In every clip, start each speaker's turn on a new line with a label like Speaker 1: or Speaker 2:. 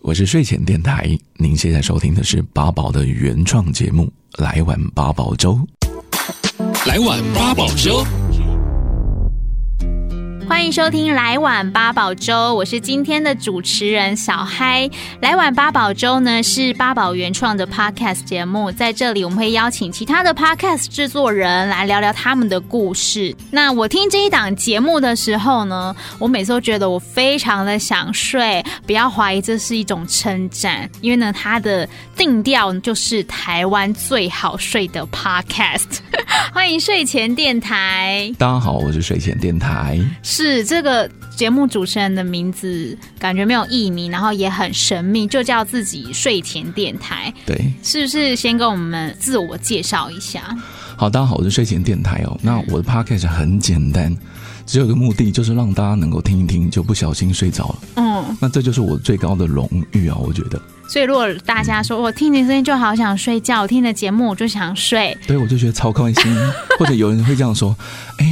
Speaker 1: 我是睡前电台。您现在收听的是八宝的原创节目《来碗八宝粥》。
Speaker 2: 来碗八宝粥。
Speaker 3: 欢迎收听《来碗八宝粥》，我是今天的主持人小嗨。《来碗八宝粥》呢是八宝原创的 podcast 节目，在这里我们会邀请其他的 podcast 制作人来聊聊他们的故事。那我听这一档节目的时候呢，我每次都觉得我非常的想睡，不要怀疑这是一种称赞，因为呢它的定调就是台湾最好睡的 podcast。欢 迎睡前电台。
Speaker 1: 大家好，我是睡前电台。
Speaker 3: 是这个节目主持人的名字，感觉没有艺名，然后也很神秘，就叫自己睡前电台，
Speaker 1: 对，
Speaker 3: 是不是？先跟我们自我介绍一下。
Speaker 1: 好，大家好，我是睡前电台哦。那我的 podcast 很简单，只有一个目的，就是让大家能够听一听，就不小心睡着了。
Speaker 3: 嗯，
Speaker 1: 那这就是我最高的荣誉啊，我觉得。
Speaker 3: 所以如果大家说我听你声音就好想睡觉，我听你的节目我就想睡，
Speaker 1: 对，我就觉得超开心。或者有人会这样说：“哎、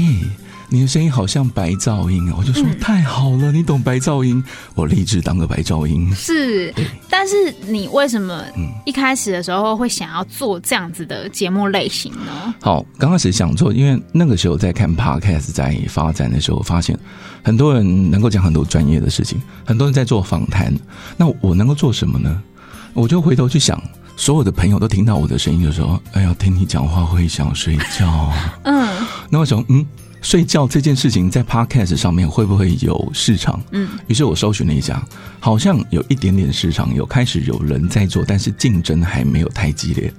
Speaker 1: 你的声音好像白噪音啊！”我就说：“太好了，你懂白噪音，我立志当个白噪音。
Speaker 3: 是
Speaker 1: 对。
Speaker 3: 但是你为什么一开始的时候会想要做这样子的节目类型呢？”
Speaker 1: 好，刚开始想做，因为那个时候在看 podcast 在发展的时候，发现很多人能够讲很多专业的事情，很多人在做访谈。那我能够做什么呢？我就回头去想，所有的朋友都听到我的声音，就说：“哎呀，听你讲话会想睡觉啊。”
Speaker 3: 嗯
Speaker 1: 那我想，嗯，睡觉这件事情在 podcast 上面会不会有市场？
Speaker 3: 嗯，
Speaker 1: 于是我搜寻了一下，好像有一点点市场，有开始有人在做，但是竞争还没有太激烈。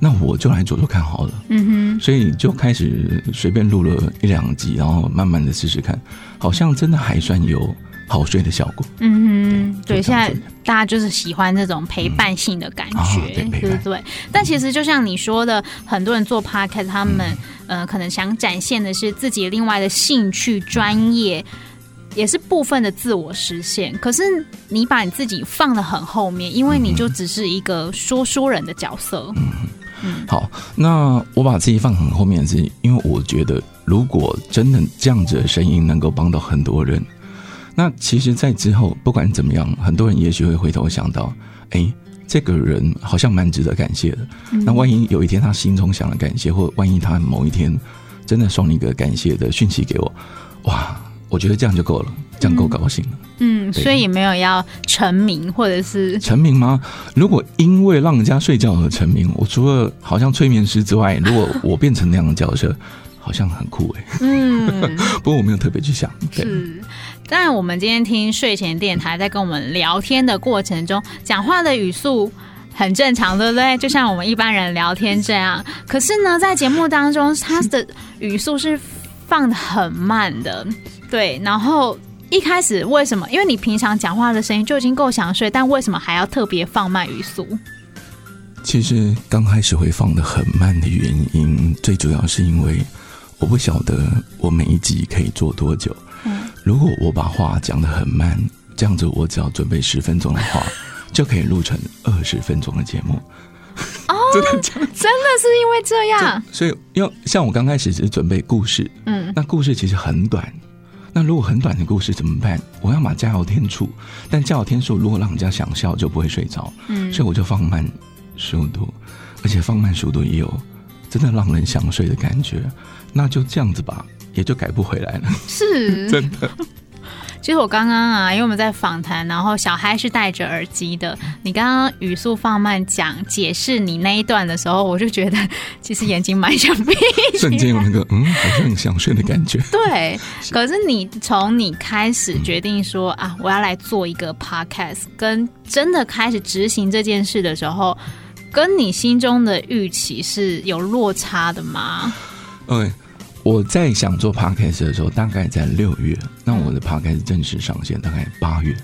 Speaker 1: 那我就来做做看好了，
Speaker 3: 嗯
Speaker 1: 所以就开始随便录了一两集，然后慢慢的试试看，好像真的还算有好睡的效果。
Speaker 3: 哼嗯哼，对，
Speaker 1: 就这
Speaker 3: 现
Speaker 1: 样
Speaker 3: 在
Speaker 1: 子
Speaker 3: 大家就是喜欢这种陪伴性的感觉，
Speaker 1: 嗯啊对陪伴
Speaker 3: 对不对？但其实就像你说的，很多人做 podcast，他们、
Speaker 1: 嗯
Speaker 3: 呃可能想展现的是自己另外的兴趣、专业，也是部分的自我实现。可是你把你自己放得很后面，因
Speaker 1: 嗯
Speaker 3: 为你就只是一个说书人的角色。
Speaker 1: 好，那我把自己放很后面是，因为我觉得如果真的这样子的声音能够帮到很多人，那其实，在之后不管怎么样，很多人也许会回头想到，哎、这个人好像蛮值得感谢的。那万一有一天他心中想了感谢，或万一他某一天真的送了一个感谢的讯息给我，哇，我觉得这样就够了，这样够高兴了。
Speaker 3: 嗯，
Speaker 1: 对
Speaker 3: 所以也没有要成名或者是
Speaker 1: 成名吗？如果因为让人家睡觉而成名，我除了好像催眠师之外， 如果我变成那样的角色，好像很酷哎、
Speaker 3: 嗯。
Speaker 1: 不过我没有特别去想，对，
Speaker 3: 是，但我们今天听睡前电台在跟我们聊天的过程中，讲话的语速。很正常，对不对？就像我们一般人聊天这样。可是呢，在节目当中，他的语速是放的很慢的，对。然后一开始为什么？因为你平常讲话的声音就已经够想睡，但为什么还要特别放慢语速？
Speaker 1: 其实刚开始会放的很慢的原因，最主要是因为我不晓得我每一集可以做多久。
Speaker 3: 嗯
Speaker 1: 如果我把话讲得很慢，这样子我只要准备十分钟的话，就可以录成二十分钟的节目。真的假的，
Speaker 3: 真的是因为这样？
Speaker 1: 所以因为像我刚开始只是准备故事，
Speaker 3: 嗯
Speaker 1: 那故事其实很短。那如果很短的故事怎么办？我要把加油添醋，但加油添醋如果让人家想笑就不会睡着，
Speaker 3: 嗯
Speaker 1: 所以我就放慢速度，而且放慢速度也有真的让人想睡的感觉。那就这样子吧，也就改不回来了。
Speaker 3: 是
Speaker 1: 真的，
Speaker 3: 其实我刚刚啊，因为我们在访谈，然后小嗨是戴着耳机的。你刚刚语速放慢讲解释你那一段的时候，我就觉得其实眼睛蛮想 闭。
Speaker 1: 瞬间有那个嗯，好像想睡的感觉。
Speaker 3: 对， 可是你从你开始决定说啊，我要来做一个 podcast，跟真的开始执行这件事的时候，跟你心中的预期是有落差的吗？
Speaker 1: 嗯，我在想做 podcast 的时候，大概在六月，那我的 podcast 正式上线大概八月，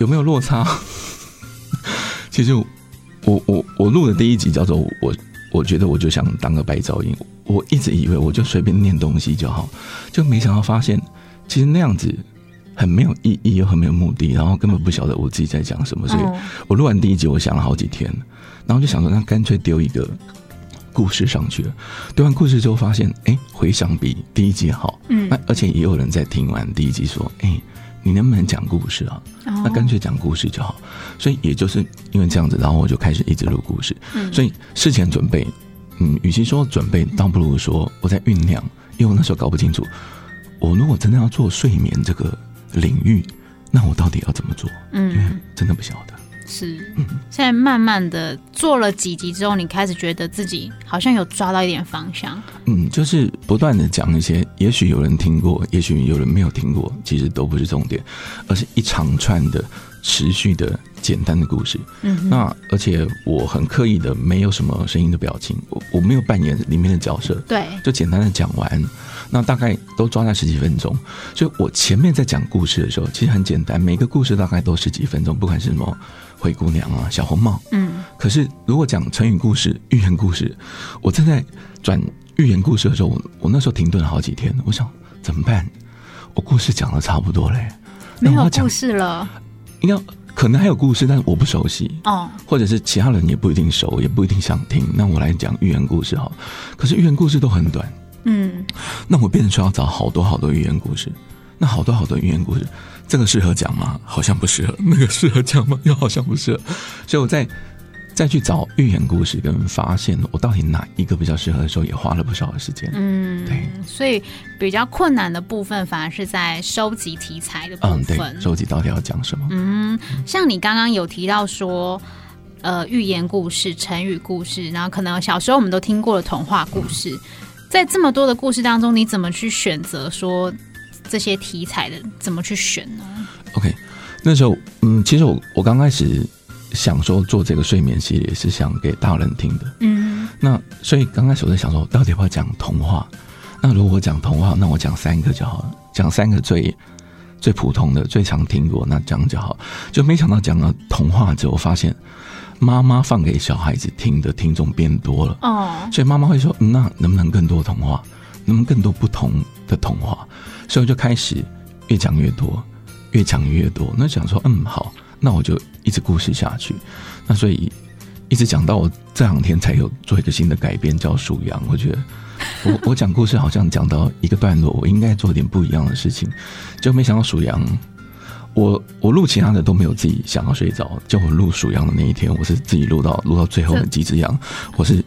Speaker 1: 有没有落差？ 其实我我我录的第一集叫做我我觉得我就想当个白噪音，我一直以为我就随便念东西就好，就没想到发现其实那样子。很没有意义，又很没有目的，然后根本不晓得我自己在讲什么，所以
Speaker 3: 哦
Speaker 1: 我录完第一集，我想了好几天，然后就想说，那干脆丢一个故事上去了。丢完故事之后，发现哎，诶回想比第一集好。
Speaker 3: 嗯
Speaker 1: 那而且也有人在听完第一集说，哎，你能不能讲故事啊？
Speaker 3: 哦
Speaker 1: 那干脆讲故事就好。所以也就是因为这样子，然后我就开始一直录故事。
Speaker 3: 嗯
Speaker 1: 所以事前准备，嗯，与其说准备，倒不如说我在酝酿，因为我那时候搞不清楚，我如果真的要做睡眠这个领域，那我到底要怎么做？因为
Speaker 3: 嗯，
Speaker 1: 真的不晓得。
Speaker 3: 是。现在慢慢的做了几集之后，你开始觉得自己好像有抓到一点方向。
Speaker 1: 嗯，就是不断的讲一些，也许有人听过，也许有人没有听过，其实都不是重点，而是一长串的持续的简单的故事。
Speaker 3: 嗯哼，
Speaker 1: 那而且我很刻意的没有什么声音的表情，我我没有扮演里面的角色，
Speaker 3: 对，
Speaker 1: 就简单的讲完，那大概都抓在十几分钟。所以我前面在讲故事的时候，其实很简单，每个故事大概都十几分钟，不管是什么灰姑娘啊、小红帽，
Speaker 3: 嗯，
Speaker 1: 可是如果讲成语故事、寓言故事，我正在转寓言故事的时候，我我那时候停顿了好几天，我想怎么办？我故事讲的差不多嘞，那哎
Speaker 3: 没
Speaker 1: 我
Speaker 3: 有
Speaker 1: 要讲
Speaker 3: 故事了。
Speaker 1: 应该可能还有故事，但是我不熟悉，
Speaker 3: 哦，
Speaker 1: 或者是其他人也不一定熟，也不一定想听。那我来讲寓言故事好了，可是寓言故事都很短，
Speaker 3: 嗯，
Speaker 1: 那我变成说要找好多好多寓言故事，那好多好多寓言故事，这个适合讲吗？好像不适合。那个适合讲吗？又好像不适合。所以我在再去找寓言故事，跟发现我到底哪一个比较适合的时候，也花了不少的时间。
Speaker 3: 嗯，
Speaker 1: 对，
Speaker 3: 所以比较困难的部分反而是在收集题材的部
Speaker 1: 嗯，对
Speaker 3: 分，。
Speaker 1: 收集到底要讲什么？
Speaker 3: 嗯，像你刚刚有提到说，呃，寓言故事、成语故事，然后可能小时候我们都听过的童话故事，在这么多的故事当中，你怎么去选择说这些题材的？怎么去选呢？
Speaker 1: OK，那时候，嗯，其实我我刚开始想说做这个睡眠系列是想给大人听的，
Speaker 3: 嗯
Speaker 1: 那所以刚开始我在想说，我到底要不要讲童话？那如果我讲童话，那我讲三个就好了，讲三个最最普通的、最常听过，那讲就好。就没想到讲了童话之后，我发现妈妈放给小孩子听的听众变多了，
Speaker 3: 哦，
Speaker 1: 所以妈妈会说、嗯那能不能更多童话？能不能更多不同的童话？所以我就开始越讲越多，越讲越多。那想说，嗯，好，那我就一直故事下去。那所以一直讲到我这两天才有做一个新的改编，叫《数羊》。我觉得我我讲故事好像讲到一个段落，我应该做点不一样的事情，就没想到《数羊》。我我录其他的都没有自己想要睡着，就我录数羊的那一天，我是自己录到录到最后的几只羊，我是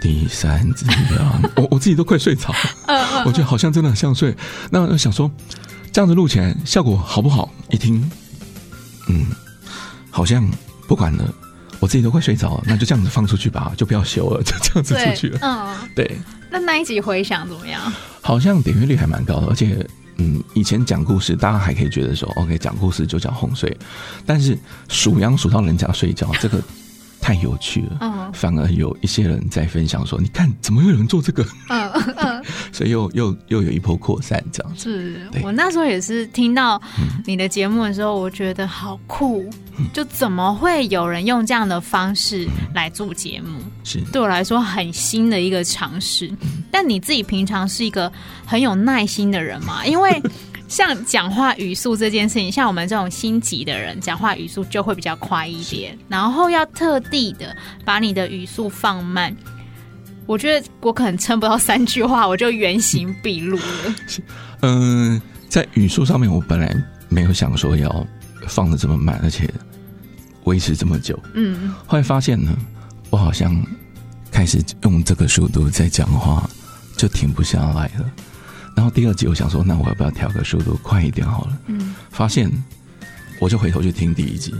Speaker 1: 第三只羊，我我自己都快睡着了。我觉得好像真的很像睡。那想说，这样子录起来效果好不好？一听，嗯，好像不管了，我自己都快睡着了，那就这样子放出去吧，就不要修了，就这样子出去了。
Speaker 3: 嗯，
Speaker 1: 对，
Speaker 3: 那那一集回想怎么样？
Speaker 1: 好像点阅率还蛮高的，而且。嗯，以前讲故事，大家还可以觉得说，OK，讲故事就叫哄睡，但是数羊数到人家睡觉，这个太有趣了。
Speaker 3: 嗯
Speaker 1: 反而有一些人在分享说，你看怎么会有人做这个，
Speaker 3: 嗯 嗯，
Speaker 1: 所以又又又有一波扩散这样子。
Speaker 3: 是
Speaker 1: 对
Speaker 3: 我那时候也是听到你的节目的时候，我觉得好酷，
Speaker 1: 嗯
Speaker 3: 就怎么会有人用这样的方式来做节目？
Speaker 1: 是，
Speaker 3: 对我来说很新的一个尝试。但你自己平常是一个很有耐心的人嘛？因为像讲话语速这件事情，像我们这种心急的人，讲话语速就会比较快一点，然后要特地的把你的语速放慢。我觉得我可能撑不到三句话，我就原形毕露了。
Speaker 1: 嗯，在语速上面，我本来没有想说要放的这么慢，而且维持这么久。
Speaker 3: 嗯，
Speaker 1: 后来发现呢，我好像开始用这个速度在讲话，就停不下来了。然后第二集，我想说，那我要不要调个速度快一点好了？
Speaker 3: 嗯，
Speaker 1: 发现我就回头去听第一集。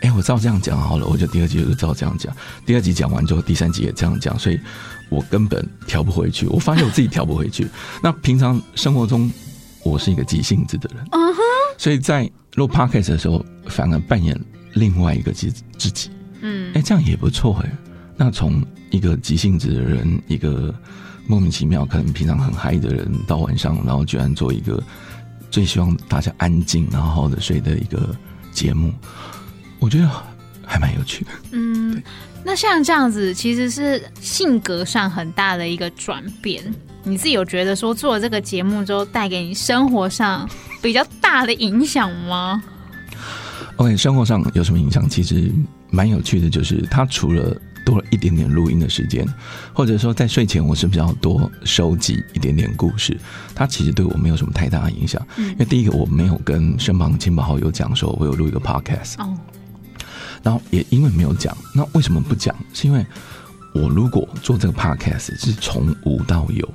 Speaker 1: 哎，我照这样讲好了，我就第二集就照这样讲，第二集讲完之后，第三集也这样讲，所以我根本调不回去。我发现我自己调不回去。那平常生活中，我是一个急性子的人，
Speaker 3: 嗯哼，
Speaker 1: 所以在录 podcast 的时候，反而扮演另外一个自自己。
Speaker 3: 嗯，
Speaker 1: 哎，这样也不错哎。那从一个急性子的人，一个莫名其妙可能平常很嗨的人，到晚上，然后居然做一个最希望大家安静，然后好好的睡的一个节目，我觉得还蛮有趣的。
Speaker 3: 嗯，那像这样子，其实是性格上很大的一个转变。你自己有觉得说做了这个节目之后，带给你生活上比较大的影响吗？
Speaker 1: OK，生活上有什么影响？其实蛮有趣的，就是它除了多了一点点录音的时间，或者说在睡前我是不是要多收集一点点故事？它其实对我没有什么太大的影响，
Speaker 3: 嗯
Speaker 1: 因为第一个我没有跟身旁亲朋好友讲说我有录一个 podcast，
Speaker 3: 哦，
Speaker 1: 然后也因为没有讲，那为什么不讲？是因为我如果做这个 podcast 是从无到有，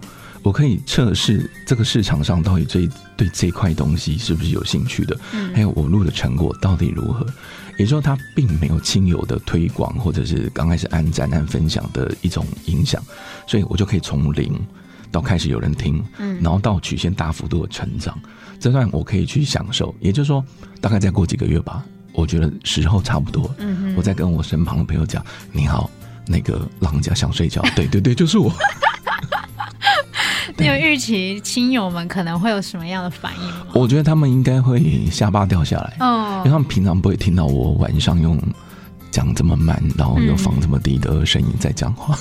Speaker 1: 我可以测试这个市场上到底这对这块东西是不是有兴趣的，还有我录的成果到底如何。也就是说，它并没有亲友的推广，或者是刚开始按赞、按分享的一种影响，所以我就可以从零到开始有人听，
Speaker 3: 嗯
Speaker 1: 然后到曲线大幅度的成长，这段我可以去享受。也就是说，大概再过几个月吧，我觉得时候差不多，
Speaker 3: 嗯哼
Speaker 1: 我在跟我身旁的朋友讲：“你好，那个老人家想睡觉。” 对对对，就是我。
Speaker 3: 你有预期亲友们可能会有什么样的反应吗？
Speaker 1: 我觉得他们应该会下巴掉下来，因为
Speaker 3: 哦，
Speaker 1: 他们平常不会听到我晚上用讲这么慢，然后又放这么低的声音在讲话。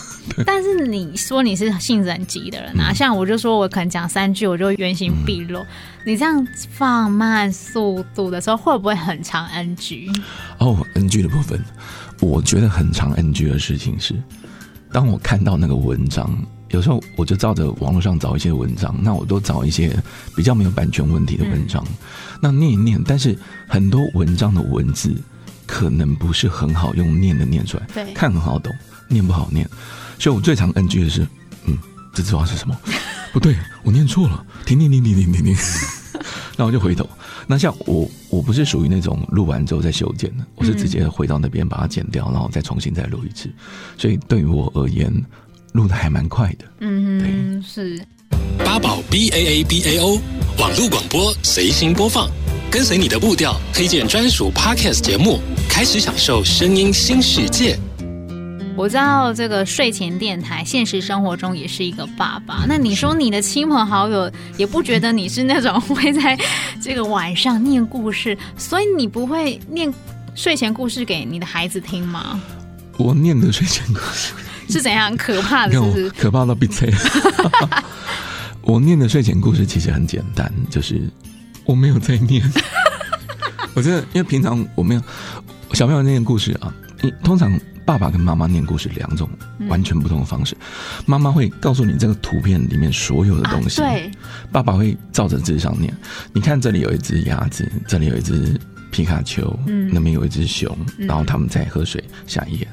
Speaker 3: 但是你说你是性子很急的人啊，像我就说我可能讲三句我就原形毕露，你这样放慢速度的时候会不会很长 NG？
Speaker 1: 哦，NG 的部分，我觉得很常 NG 的事情是，当我看到那个文章，有时候我就照着网络上找一些文章，那我都找一些比较没有版权问题的文章，那念一念，但是很多文章的文字可能不是很好用念的念出来，
Speaker 3: 对
Speaker 1: 看很好懂，念不好念，所以我最常 NG 的是，嗯，这句话是什么？不对，我念错了，停停停停停停停。 那我就回头。那像我，我不是属于那种录完之后再修剪的，我是直接回到那边把它剪掉，然后再重新再录一次。所以对于我而言，录的还蛮快的。
Speaker 3: 嗯哼，是。
Speaker 2: 八宝 B A A B A O 网络广播随心播放，跟随你的步调，推荐专属 Podcast 节目，开始享受声音新世界。
Speaker 3: 我知道这个睡前电台，现实生活中也是一个爸爸。那你说你的亲朋好友也不觉得你是那种会在这个晚上念故事，所以你不会念睡前故事给你的孩子听吗？
Speaker 1: 我念的睡前故事，
Speaker 3: 是怎样可怕的？
Speaker 1: 让
Speaker 3: 是
Speaker 1: 我
Speaker 3: 不是？
Speaker 1: 可怕到闭嘴。 我念的睡前故事其实很简单，就是我没有在 念。我真的，因为平常我没有小朋友念故事啊，你通常爸爸跟妈妈念故事两种
Speaker 3: 嗯
Speaker 1: 完全不同的方式。妈妈会告诉你这个图片里面所有的东西，
Speaker 3: 啊、对，
Speaker 1: 爸爸会照着字上念。你看这里有一只鸭子，这里有一只皮卡丘，
Speaker 3: 嗯
Speaker 1: 那边有一只熊，
Speaker 3: 嗯
Speaker 1: 然后他们在喝水，下一页，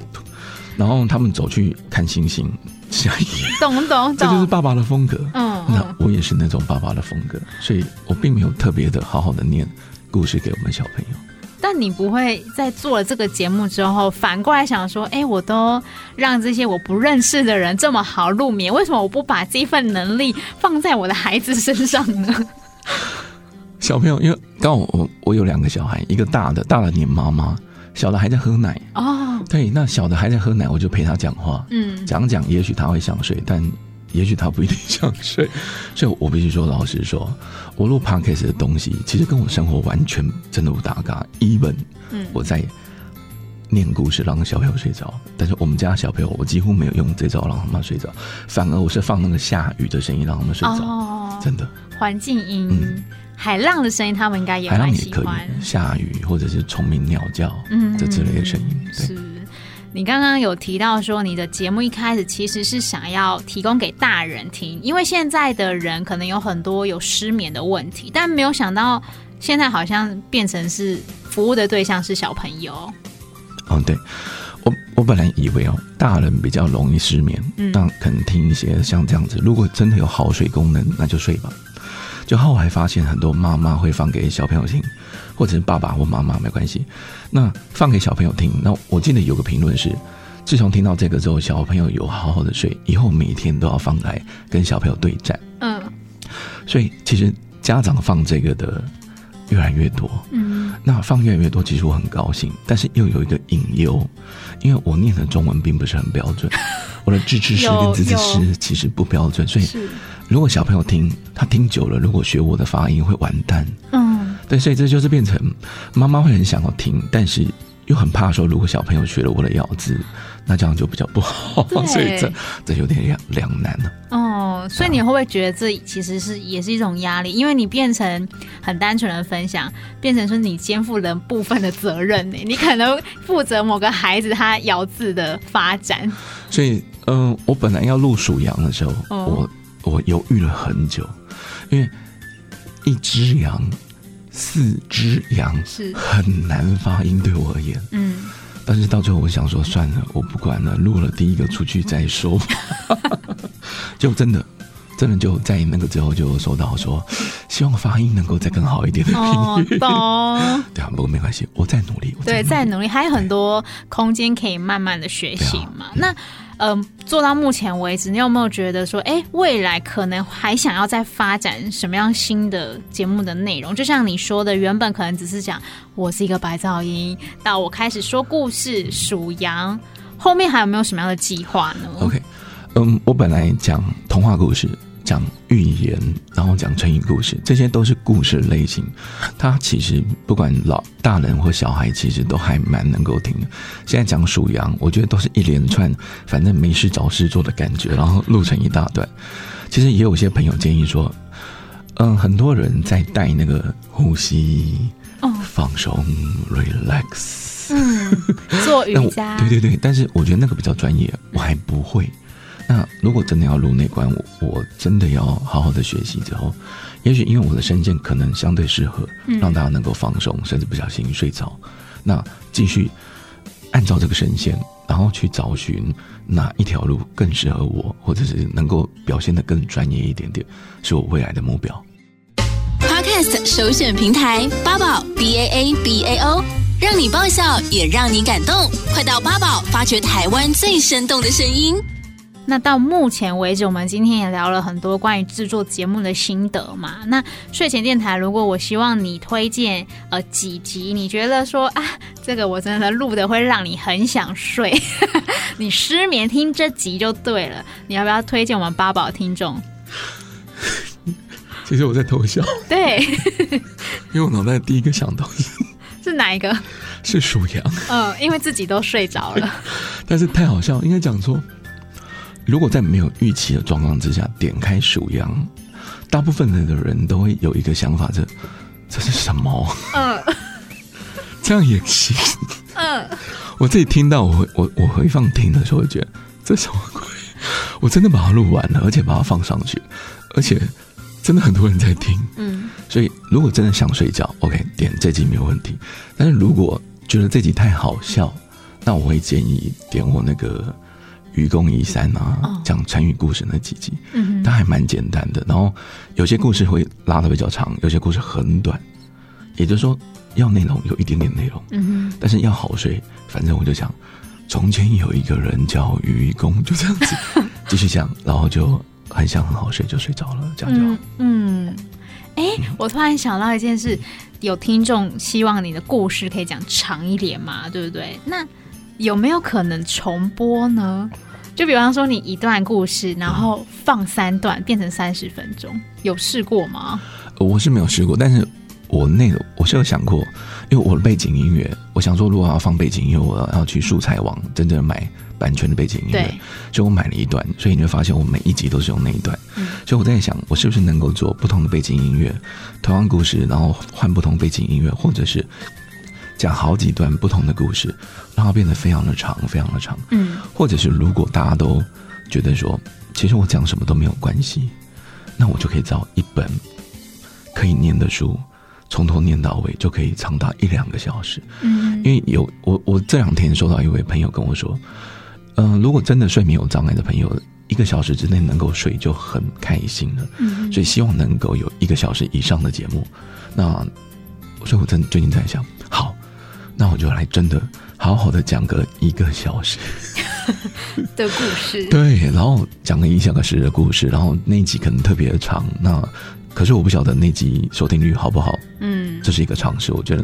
Speaker 1: 然后他们走去看星星，下一页，
Speaker 3: 懂懂
Speaker 1: 这就是
Speaker 3: 懂。
Speaker 1: 爸爸的风格。
Speaker 3: 嗯
Speaker 1: 那
Speaker 3: 嗯，
Speaker 1: 我也是那种爸爸的风格，所以我并没有特别的好好的念故事给我们小朋友。
Speaker 3: 但你不会在做了这个节目之后，反过来想说，哎，我都让这些我不认识的人这么好入眠，为什么我不把这份能力放在我的孩子身上呢？
Speaker 1: 小朋友，因为刚好我我有两个小孩，一个大的，大的黏妈妈，小的还在喝奶。
Speaker 3: 哦，
Speaker 1: 对，那小的还在喝奶，我就陪他讲话，
Speaker 3: 嗯，
Speaker 1: 讲讲，也许他会想睡，但也许他不一定想睡。 所以我必须说，老实说，我录 podcast 的东西，其实跟我生活完全真的不搭嘎。even
Speaker 3: 嗯
Speaker 1: 我在念故事让小朋友睡着，但是我们家小朋友，我几乎没有用这招让他们睡着，反而我是放那个下雨的声音让他们睡着。
Speaker 3: 哦，
Speaker 1: 真的，
Speaker 3: 环境音、
Speaker 1: 嗯
Speaker 3: 海浪的声音，他们应该也
Speaker 1: 海浪
Speaker 3: 蛮
Speaker 1: 也
Speaker 3: 喜
Speaker 1: 可
Speaker 3: 欢。
Speaker 1: 以，下雨或者是虫鸣鸟叫，
Speaker 3: 嗯
Speaker 1: 这之类的声音。对。
Speaker 3: 是。你刚刚有提到说，你的节目一开始其实是想要提供给大人听，因为现在的人可能有很多有失眠的问题，但没有想到现在好像变成是服务的对象是小朋友。
Speaker 1: 嗯，对，我我本来以为哦，大人比较容易失眠，
Speaker 3: 嗯
Speaker 1: 那可能听一些像这样子，如果真的有好睡功能，那就睡吧。就后来发现，很多妈妈会放给小朋友听，或者是爸爸或妈妈没关系。那放给小朋友听，那我记得有个评论是，自从听到这个之后，小朋友有好好的睡，以后每天都要放来跟小朋友对战。
Speaker 3: 嗯
Speaker 1: 所以其实家长放这个的越来越多，
Speaker 3: 嗯
Speaker 1: 那放越来越多，其实我很高兴，但是又有一个隐忧，因为我念的中文并不是很标 准，我的支持诗跟
Speaker 3: 有
Speaker 1: 支持
Speaker 3: 有
Speaker 1: 诗其实不标准，所以
Speaker 3: 是
Speaker 1: 如果小朋友听，他听久了，如果学我的发音会完蛋。
Speaker 3: 嗯
Speaker 1: 对，所以这就是变成妈妈会很想要听，但是又很怕说，如果小朋友学了我的咬字，那这样就比较不好，
Speaker 3: 对
Speaker 1: 所以这这有点两两难了。
Speaker 3: 哦，所以你会不会觉得这其实是也是一种压力？因为你变成很单纯的分享，变成说你肩负了部分的责任呢， 你可能负责某个孩子他咬字的发展。
Speaker 1: 所以，嗯、我本来要录属羊的时候，
Speaker 3: 哦
Speaker 1: 我我犹豫了很久，因为一只羊、四只羊
Speaker 3: 是
Speaker 1: 很难发音，对我而言。
Speaker 3: 嗯，
Speaker 1: 但是到最后，我想说算了，我不管了，录了第一个出去再说。 就真的，真的就在那个之后就收到说，希望发音能够再更好一点的
Speaker 3: 哦
Speaker 1: 频率。，
Speaker 3: 懂。
Speaker 1: 对啊，不过没关系，我再努力。我
Speaker 3: 对，
Speaker 1: 努力
Speaker 3: 再努力还有很多空间可以慢慢的学习嘛。那嗯、呃做到目前为止，你有没有觉得说，哎，未来可能还想要再发展什么样新的节目的内容？就像你说的，原本可能只是讲我是一个白噪音，到我开始说故事数羊，后面还有没有什么样的计划呢
Speaker 1: OK，嗯，我本来讲童话故事，讲寓言，然后讲成语故事，这些都是故事类型。它其实不管老大人或小孩，其实都还蛮能够听的。现在讲属羊，我觉得都是一连串，反正没事找事做的感觉，然后录成一大段。其实也有些朋友建议说。嗯，很多人在带那个呼吸、
Speaker 3: 哦
Speaker 1: 放松、relax，
Speaker 3: 嗯，做瑜
Speaker 1: 哎但我
Speaker 3: 伽，
Speaker 1: 对对对，但是我觉得那个比较专业，我还不会。那如果真的要入内观，我我真的要好好的学习之后，也许因为我的声线可能相对适合，让大家能够放松，甚至不小心睡着。那继续按照这个声线，然后去找寻哪一条路更适合我，或者是能够表现得更专业一点点，是我未来的目标。
Speaker 4: Podcast 首选平台八宝 B A A B A O，让你爆笑也让你感动。快到八宝发掘台湾最生动的声音。
Speaker 3: 那到目前为止，我们今天也聊了很多关于制作节目的心得嘛。那睡前电台，如果我希望你推荐呃几集，你觉得说啊，这个我真的录的会让你很想睡， 你失眠听这集就对了。你要不要推荐我们八宝听众？
Speaker 1: 其实我在偷笑，
Speaker 3: 对，
Speaker 1: 因为我脑袋第一个想到
Speaker 3: 是哪一个？
Speaker 1: 是啊属羊。
Speaker 3: 嗯，因为自己都睡着了。
Speaker 1: 但是太好笑，应该讲说，如果在没有预期的状况之下点开数羊，大部分的人都会有一个想法，这这是什么？
Speaker 3: 嗯
Speaker 1: 这样也行？
Speaker 3: 嗯，
Speaker 1: 我自己听到我会我我回放听的时候，会觉得这什么鬼？我真的把它录完了，而且把它放上去，而且真的很多人在听。
Speaker 3: 嗯，
Speaker 1: 所以如果真的想睡觉，OK，点这集没有问题。但是如果觉得这集太好笑，那我会建议点我那个愚公移山啊
Speaker 3: 哦，
Speaker 1: 讲成语故事那几集，
Speaker 3: 嗯
Speaker 1: 它还蛮简单的。然后有些故事会拉的比较长，有些故事很短，也就是说要内容有一点点内容，
Speaker 3: 嗯
Speaker 1: 但是要好睡，反正我就讲，从前有一个人叫愚公，就这样 子继续讲，然后就很想很好睡，就睡着了，这样就好。
Speaker 3: 嗯嗯，哎、我突然想到一件事，有听众希望你的故事可以讲长一点嘛，对不对？那有没有可能重播呢？就比方说你一段故事，然后放三段，变成三十分钟，有试过吗？
Speaker 1: 我是没有试过，但是我那个我是有想过，因为我的背景音乐，我想说如果要放背景音乐，我要去素材网真正买版权的背景音乐
Speaker 3: 对，
Speaker 1: 所以我买了一段，所以你会发现我每一集都是用那一段，
Speaker 3: 嗯
Speaker 1: 所以我在想，我是不是能够做不同的背景音乐，同样故事，然后换不同背景音乐，或者是讲好几段不同的故事，让它变得非常的长，非常的长。
Speaker 3: 嗯，
Speaker 1: 或者是如果大家都觉得说，其实我讲什么都没有关系，那我就可以找一本可以念的书，从头念到尾，就可以长达一两个小时。
Speaker 3: 嗯，
Speaker 1: 因为有我，我这两天收到一位朋友跟我说，嗯、如果真的睡眠有障碍的朋友，一个小时之内能够睡就很开心了。
Speaker 3: 嗯
Speaker 1: 所以希望能够有一个小时以上的节目。那所以我真最近在想，好，那我就来真的好好的讲个一个小时。
Speaker 3: 的故事，
Speaker 1: 对，然后讲了一小个时的故事，然后那一集可能特别的长，那可是我不晓得那集收听率好不好，
Speaker 3: 嗯，
Speaker 1: 这是一个尝试，我觉得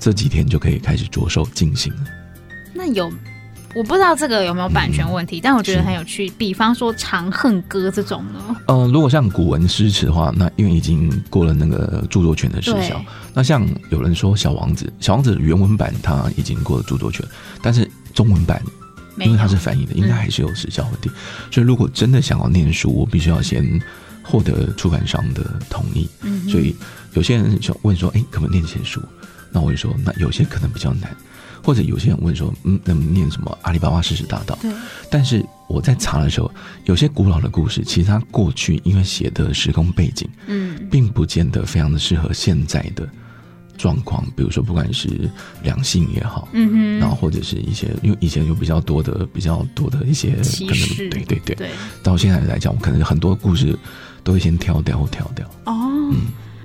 Speaker 1: 这几天就可以开始着手进行了。
Speaker 3: 那有我不知道这个有没有版权问题，但我
Speaker 1: 嗯
Speaker 3: 觉得很有趣。比方说《长恨歌》这种呢，
Speaker 1: 呃，如果像古文诗词的话，那因为已经过了那个著作权的时效
Speaker 3: 对。
Speaker 1: 那像有人说《小王子》，《小王子》原文版它已经过了著作权，但是中文版
Speaker 3: 没
Speaker 1: 因为它
Speaker 3: 有
Speaker 1: 是翻译的，应该还是有时效问题。所以如果真的想要念书，我必须要先获得出版商的同意。
Speaker 3: 嗯哼
Speaker 1: 所以有些人想问说，哎、可不可以念闲书？那我就说，那有些可能比较难，或者有些人问说，嗯，能不能念什么阿里巴巴四十大盗？
Speaker 3: 对，
Speaker 1: 但是我在查的时候，有些古老的故事，其实它过去因为写的时空背景，
Speaker 3: 嗯，
Speaker 1: 并不见得非常的适合现在的状况，比如说不管是两性也好，
Speaker 3: 嗯
Speaker 1: 然后
Speaker 3: 哼，
Speaker 1: 或者是一些，因为以前有比较多的、比较多的一些
Speaker 3: 歧
Speaker 1: 可
Speaker 3: 视
Speaker 1: 能，对对对，
Speaker 3: 对，
Speaker 1: 到现在来讲，我可能很多故事都会先挑掉或挑掉，
Speaker 3: 哦，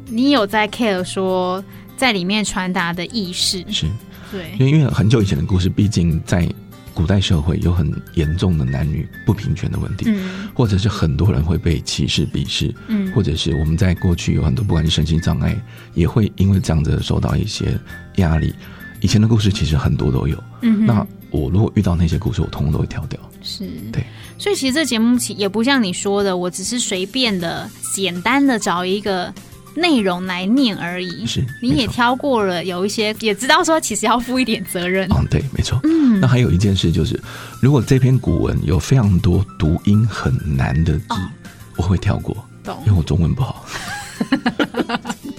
Speaker 3: 你有在 care 说在里面传达的意识，
Speaker 1: 是
Speaker 3: 对
Speaker 1: 因，为因为很久以前的故事，毕竟在古代社会有很严重的男女不平权的问题，
Speaker 3: 嗯
Speaker 1: 或者是很多人会被歧视、鄙视，
Speaker 3: 嗯，
Speaker 1: 或者是我们在过去有很多不管是身心障碍，也会因为这样子受到一些压力。以前的故事其实很多都有，
Speaker 3: 嗯哼
Speaker 1: 那我如果遇到那些故事，我通通都会挑掉。
Speaker 3: 是
Speaker 1: 对，
Speaker 3: 所以其实这节目其也不像你说的，我只是随便的、简单的找一个内容来念而已。
Speaker 1: 是
Speaker 3: 嗯你
Speaker 1: 没
Speaker 3: 也
Speaker 1: 错
Speaker 3: 挑过了，有一些也知道说其实要负一点责任。
Speaker 1: 嗯，对，没错。
Speaker 3: 嗯
Speaker 1: 那还有一件事就是，如果这篇古文有非常多读音很难的字，
Speaker 3: 哦
Speaker 1: 我会跳过，
Speaker 3: 懂
Speaker 1: 因为，我中文不好。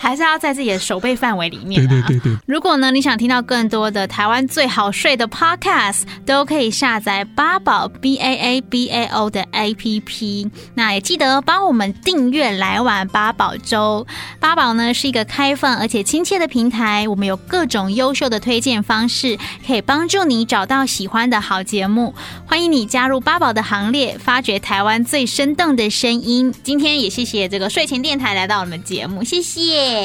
Speaker 3: 还是要在自己的手背范围里面、啊。
Speaker 1: 对，
Speaker 3: 如果呢，你想听到更多的台湾最好睡的 Podcast，都可以下载八宝 B A A B A O 的 APP。那也记得帮我们订阅来碗八宝粥。八宝呢是一个开放而且亲切的平台，我们有各种优秀的推荐方式，可以帮助你找到喜欢的好节目。欢迎你加入八宝的行列，发掘台湾最生动的声音。今天也谢谢这个睡前电台来到我们节目，谢谢，